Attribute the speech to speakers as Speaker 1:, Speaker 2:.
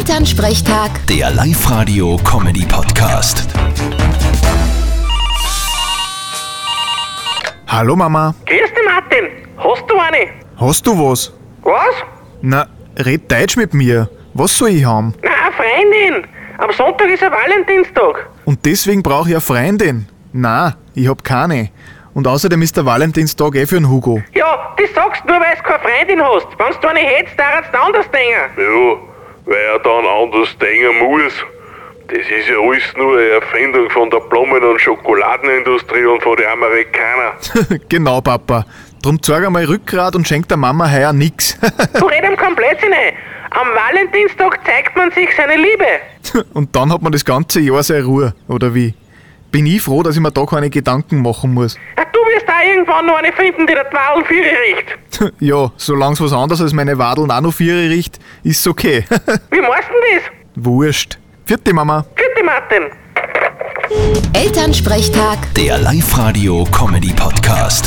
Speaker 1: Elternsprechtag,
Speaker 2: Der Live-Radio-Comedy-Podcast.
Speaker 3: Hallo Mama,
Speaker 4: Grüß dich, Martin. Hast du eine?
Speaker 3: hast du was?
Speaker 4: Was?
Speaker 3: Na, red Deutsch mit mir. Was soll ich haben?
Speaker 4: Na, eine Freundin. Am Sonntag ist ein Valentinstag.
Speaker 3: Und deswegen brauche ich eine Freundin. Na, ich hab keine. Und außerdem ist der Valentinstag eh für den Hugo.
Speaker 4: Ja, das sagst du nur, weil du keine Freundin hast. Wenn du eine hättest, darfst du anders denken.
Speaker 5: Ja, weil er dann anders denken muss. Das ist ja alles nur eine Erfindung von der Blumen- und Schokoladenindustrie und von den Amerikanern.
Speaker 3: genau, Papa. Drum zeig einmal Rückgrat und schenk der Mama heuer nix.
Speaker 4: Du um redest am Komplettsinn. Am Valentinstag zeigt man sich seine Liebe.
Speaker 3: und dann hat man das ganze Jahr seine Ruhe, oder wie? Bin ich froh, dass ich mir da keine Gedanken machen muss.
Speaker 4: Na, du wirst da irgendwann noch eine finden, die der Twadel für dich riecht.
Speaker 3: ja, solange was anderes als meine Wadeln auch noch vier riecht, ist's okay.
Speaker 4: Wie machst du denn das?
Speaker 3: Wurscht. Vierte Mama.
Speaker 4: Vierte Martin.
Speaker 1: Elternsprechtag.
Speaker 2: Der Live-Radio-Comedy-Podcast.